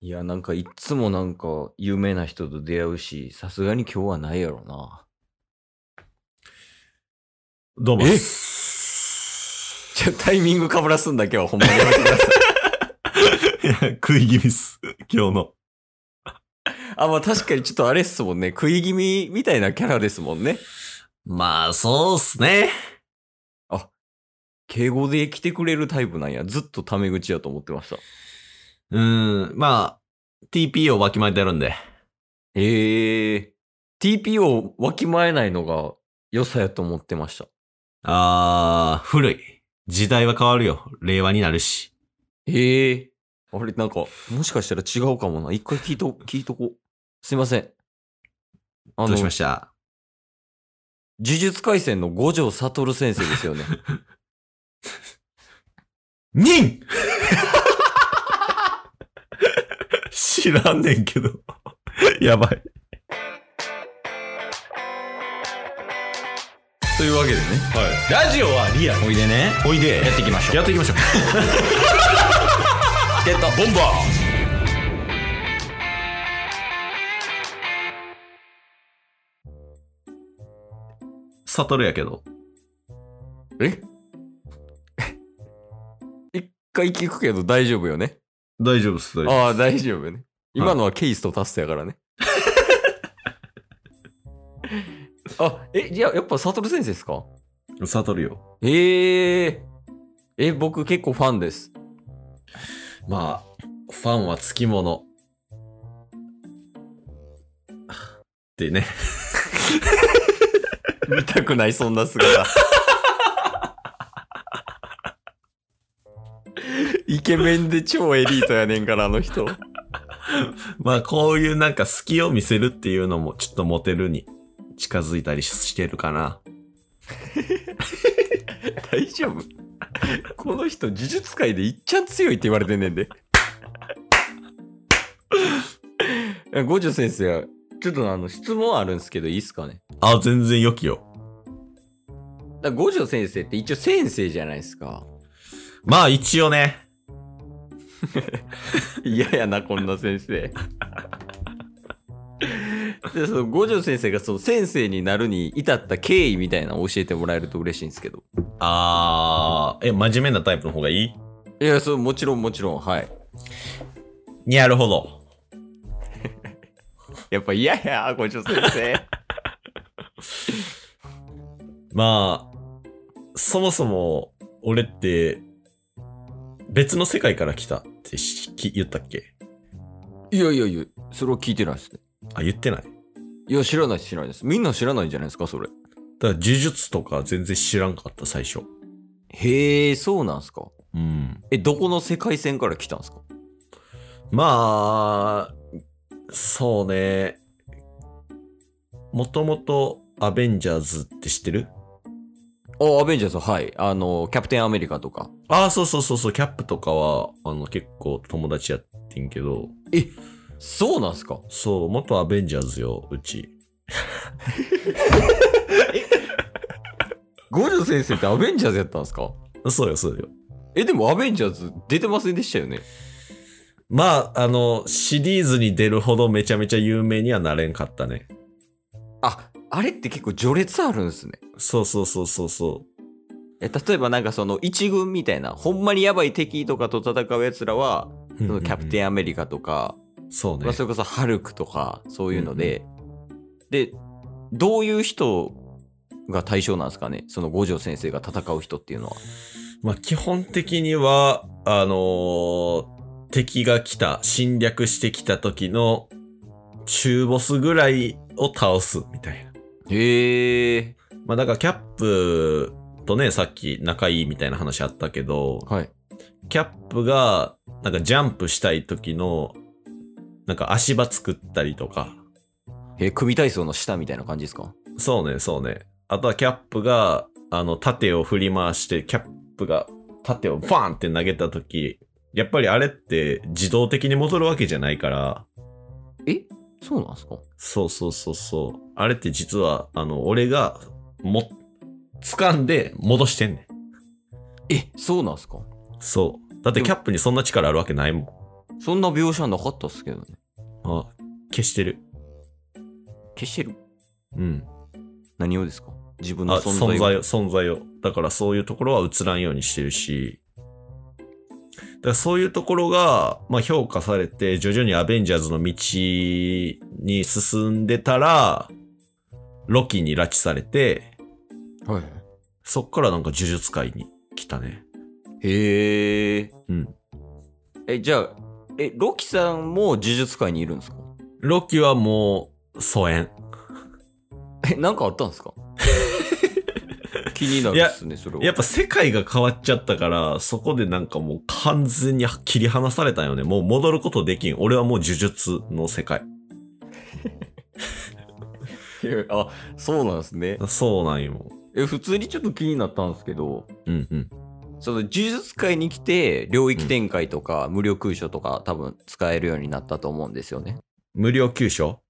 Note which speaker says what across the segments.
Speaker 1: いや、なんかいっつもなんか有名な人と出会うし、さすがに今日はないやろ な。
Speaker 2: どうも。
Speaker 1: えじゃ、タイミングかぶらすんだけはほんまにやめてください。
Speaker 2: いや 食い気味っす。今日の。
Speaker 1: あ、まあ確かにちょっとあれっすもんね。食い気味みたいなキャラですもんね。
Speaker 2: まあ、そうっすね。
Speaker 1: 敬語で来てくれるタイプなんや。ずっとタメ口やと思ってました。
Speaker 2: うーん、まあ、TP をわきまえてやるんで。
Speaker 1: ええ TP をわきまえないのが良さやと思ってました。
Speaker 2: あー、古い。時代は変わるよ。令和になるし。
Speaker 1: ええあれ、なんか、もしかしたら違うかもな。一回聞い と、聞いとこう。すいません。あの、
Speaker 2: どうし
Speaker 1: 呪
Speaker 2: ました
Speaker 1: 術廻戦の五条悟先生ですよね。
Speaker 2: ニン知らんねんけど。やばい。
Speaker 1: というわけでね、
Speaker 2: はい。ラジオはリアおいでね。おいで。
Speaker 1: やっていきましょう。
Speaker 2: やっていき ましょう。
Speaker 1: ゲットボンバ
Speaker 2: サトルやけど。
Speaker 1: ーえ 一回聞くけど大丈夫よね。
Speaker 2: 大丈夫っす、大丈夫っす
Speaker 1: ああ、大丈夫ね。今のはケイスとタストやからね。あ、え、じゃあやっぱ悟先生ですか
Speaker 2: サトルよ。
Speaker 1: えええ、僕結構ファンです。
Speaker 2: まあ、ファンはつきもの。ってね。
Speaker 1: 見たくない、そんな 姿。イケメンで超エリートやねんから、あの人。
Speaker 2: まあ、こういうなんか好きを見せるっていうのも、ちょっとモテるに近づいたりしてるかな。
Speaker 1: 大丈夫この人、呪術界でいっちゃん強いって言われてんねんで。いや五条先生、ちょっとあの質問あるんですけど、いいっすかね。
Speaker 2: あ、全然良きよ。
Speaker 1: だから五条先生って一応先生じゃないですか。
Speaker 2: まあ、一応ね。
Speaker 1: 嫌やな、こんな先生。で、その五条先生がその先生になるに至った経緯みたいなのを教えてもらえると嬉しいんですけど。
Speaker 2: あー、え、真面目なタイプの方がいい
Speaker 1: いや、そう、もちろんもちろん、はい。
Speaker 2: にゃるほど。
Speaker 1: やっぱ嫌や、五条先生。
Speaker 2: まあ、そもそも、俺って、別の世界から来たってしき言ったっけ
Speaker 1: いやいやいや、それは聞いてないですね。
Speaker 2: あ、言ってない。だか
Speaker 1: いや、知らないです、知らないです。みんな知らないんじゃないですか、それ。
Speaker 2: ら、呪術とか全然知らんかった、最初。
Speaker 1: へえ、そうなんすか。
Speaker 2: うん。
Speaker 1: え、どこの世界線から来たんすか
Speaker 2: まあ、そうね。もともと、アベンジャーズって知ってる
Speaker 1: あ、アベンジャーズ、はい。あの、キャプテンアメリカとか。
Speaker 2: ああ、そうそうそうそう、キャップとかは、あの、結構友達やってんけど、
Speaker 1: そうなんすか
Speaker 2: そう、元アベンジャーズよ、うち。
Speaker 1: 五条先生ってアベンジャーズやったんすか
Speaker 2: そうよ、そうよ。
Speaker 1: え、でもアベンジャーズ出てませんでしたよね。
Speaker 2: まあ、あの、シリーズに出るほどめちゃめちゃ有名にはなれんかったね。
Speaker 1: あ、あれって結構序列あるんですね。
Speaker 2: そうそうそうそうそ
Speaker 1: え例えばなんかその一軍みたいな、ほんまにやばい敵とかと戦う奴らは、
Speaker 2: う。
Speaker 1: そのキャプテ
Speaker 2: ン。
Speaker 1: ンアメリカとか、
Speaker 2: そうね
Speaker 1: まあ、。それこそハルクとか、そういうので、で、どういう人が対象なんですかねその五条先生が戦う人っていうのは。
Speaker 2: まあ、基本的には、あのー敵が来た、侵略してきた時の中ボスぐらいを倒すみたいな。
Speaker 1: へえ。
Speaker 2: まあ、だからキャップとね、さっき仲いいみたいな話あったけど、
Speaker 1: はい。
Speaker 2: キャップが、なんかジャンプしたい時の、なんか足場作ったりとか、
Speaker 1: え、組体操の下みたいな感じですか
Speaker 2: そうね、そうね。あとはキャップが、あの、盾を振り回して、キャップが盾をバーンって投げたとき、やっぱりあれって自動的に戻るわけじゃないから、
Speaker 1: えそうなんですか
Speaker 2: そうそうそうそう。あれって実は、あの、俺が、も、掴んで戻してんねん。
Speaker 1: え、そうなんですか
Speaker 2: そう。だってキャップにそんな力あるわけないもん。
Speaker 1: そんな描写なかったっすけどね。
Speaker 2: あ、消してる。
Speaker 1: 消してる
Speaker 2: うん。
Speaker 1: 何をですか自分
Speaker 2: あ
Speaker 1: の存在
Speaker 2: 存在
Speaker 1: を。
Speaker 2: を、存在を。だからそういうところは映らんようにしてるし、だからそういうところが、まあ、評価されて、徐々にアベンジャーズの道に進んでたら、ロキに拉致されて、
Speaker 1: はい。
Speaker 2: そっからなんか呪術界に来たね。
Speaker 1: へえ。
Speaker 2: うん。
Speaker 1: え、じゃあ、え、ロキさんも呪術界にいるんですか
Speaker 2: ロキはもう、疎遠。
Speaker 1: え、なんかあったんです か気になるっすね、それは。
Speaker 2: やっぱ世界が変わっちゃったから、そこでなんかもう完全に切り離されたよね。もう戻ることできん。俺はもう呪術の世界。
Speaker 1: あ、そうなんですね。
Speaker 2: そうなんよ。
Speaker 1: え、普通にちょっと気になったんですけど、
Speaker 2: うんうん。
Speaker 1: その呪術界に来て、領域展開とか、無料空所とか、多分使えるようになったと思うんですよね。
Speaker 2: 無料給所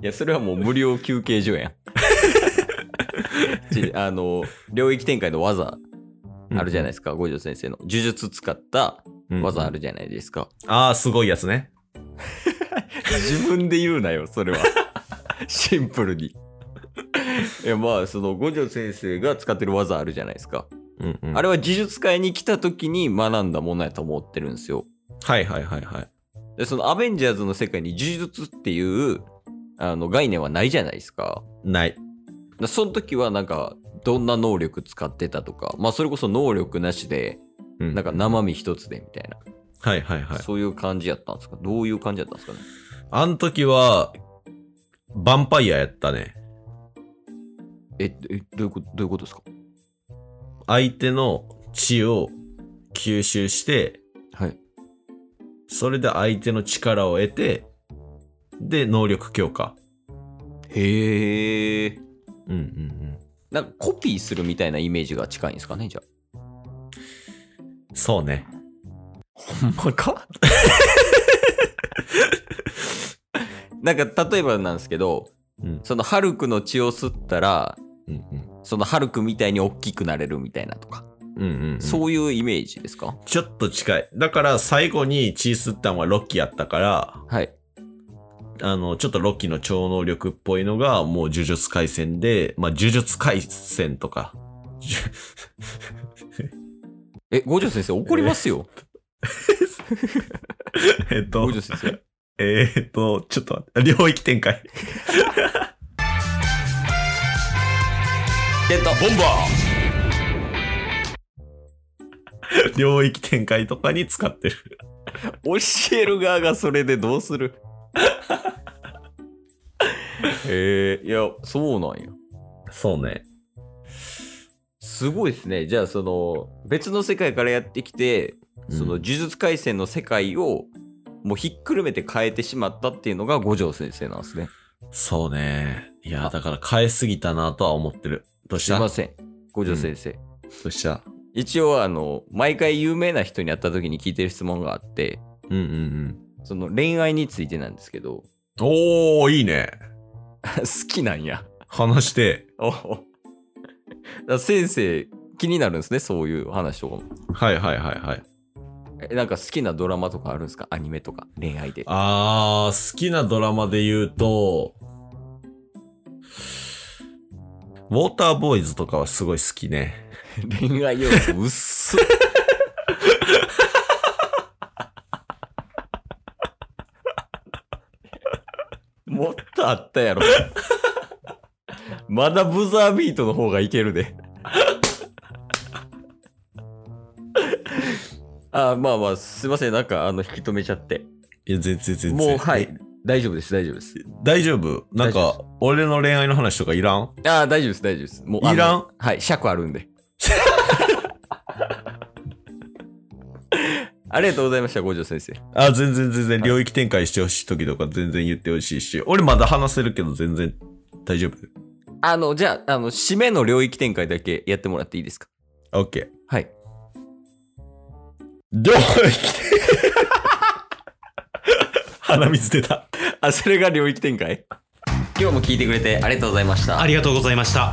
Speaker 1: いや、それはもう無料休憩所 やん。ちあの、領域展開の技あるじゃないで
Speaker 2: い、
Speaker 1: すか、五条先生の。呪術使った
Speaker 2: うん
Speaker 1: 技あるじゃないですか。
Speaker 2: ああすごいやつね
Speaker 1: 自分で言うなよ、それは。 シンプルに。いや、まあ、その五条先生が使ってる技あるじゃないですか。
Speaker 2: うん、うん、
Speaker 1: あれは呪術界に来た時に学んだものやと思ってるんですよ。
Speaker 2: はいはいはいはい
Speaker 1: で、そのアベンジャーズの世界に呪術っていうあの概念はないじゃないですか。
Speaker 2: ない
Speaker 1: だその時はなんかどんな能力使ってたとか、まあそれこそ能力なしで、
Speaker 2: うん
Speaker 1: なんか生身一つでみたいな、
Speaker 2: はいはいはい
Speaker 1: そういう感じやったんですかどういう感じやったんですかね
Speaker 2: あの時はヴァンパイアやったね
Speaker 1: え、えどういうこと、どういうことですか
Speaker 2: 相手の血を吸収して
Speaker 1: はい。
Speaker 2: それで相手の力を得てで能力強化
Speaker 1: へえ。
Speaker 2: うんうんうん
Speaker 1: なんかコピーするみたいなイメージが近いんですかねじゃ あ。
Speaker 2: そうね
Speaker 1: ほんまかなんか例えばなんですけど、
Speaker 2: うん
Speaker 1: そのハルクの血を吸ったら、
Speaker 2: うん
Speaker 1: そのハルクみたいに大きくなれるみたいなとか、
Speaker 2: うんうんうん、うん、
Speaker 1: そういうイメージですか
Speaker 2: ちょっと近いだから最後に血吸ったのはロッキーやったから
Speaker 1: はい。
Speaker 2: あの、ちょっとロッキーの超能力っぽいのが、もう呪術回戦で、まあ、呪術回戦とか。 じゅ
Speaker 1: え、五条先生怒りますよ。
Speaker 2: えっと
Speaker 1: 五条、先生。
Speaker 2: えーっと、ちょっと待って、領域展開。
Speaker 1: ゲットボンバー
Speaker 2: 領域展開とかに使ってる。
Speaker 1: 教える側がそれでどうする えー、いや、そうなんや。
Speaker 2: そうね。
Speaker 1: すごいですね。じゃあ、その、別の世界からやってきて、その、
Speaker 2: う
Speaker 1: 呪術廻戦の世界を、もうひっくるめて変えてしまったっていうのが五条先生なんですね。
Speaker 2: そうね。いや、だから変えすぎたなとは思ってる。どうし
Speaker 1: すい
Speaker 2: たど
Speaker 1: ません。五条先生。
Speaker 2: うした
Speaker 1: 一応、あの、毎回有名な人に会った時に聞いてる質問があって、
Speaker 2: うんうんうん。
Speaker 1: その恋愛についてなんですけど、
Speaker 2: おー、いいね。
Speaker 1: 好きなんや。
Speaker 2: 話して。
Speaker 1: おおだから先生、気になるんですね、そういう話とかも。
Speaker 2: はいはいはいはい。
Speaker 1: えなんか好きなドラマとかあるんですかアニメとか、恋愛で。
Speaker 2: あー、好きなドラマで言うと、ウォーターボーイズとかはすごい好きね。
Speaker 1: 恋愛要素薄っ。もっとあったやろ。まだブザービートの方がいけるで。あまあまあ、すいません。なんか、あの、引き止めちゃって。
Speaker 2: いや、全然全然。
Speaker 1: もう、はい。。大丈夫です、大丈夫です。
Speaker 2: 大丈夫なん
Speaker 1: 大
Speaker 2: か、俺の恋愛の話とかいらん
Speaker 1: ああ、大丈夫です、大丈夫です。もう、あの
Speaker 2: いらん
Speaker 1: はい、尺あるん で。ありがとうございました、五条先生。
Speaker 2: あ、全然全然、
Speaker 1: はい
Speaker 2: 領域展開してほしい時とか全然言ってほしいし、俺まだ話せるけど全然大丈夫。
Speaker 1: あの、じゃあ、あの、締めの領域展開だけやってもらっていいですか
Speaker 2: OK。
Speaker 1: はい。
Speaker 2: 領域展開鼻水出た。
Speaker 1: あ、それが領域展開今日も聞いてくれてありがとうございました。
Speaker 3: ありがとうございました。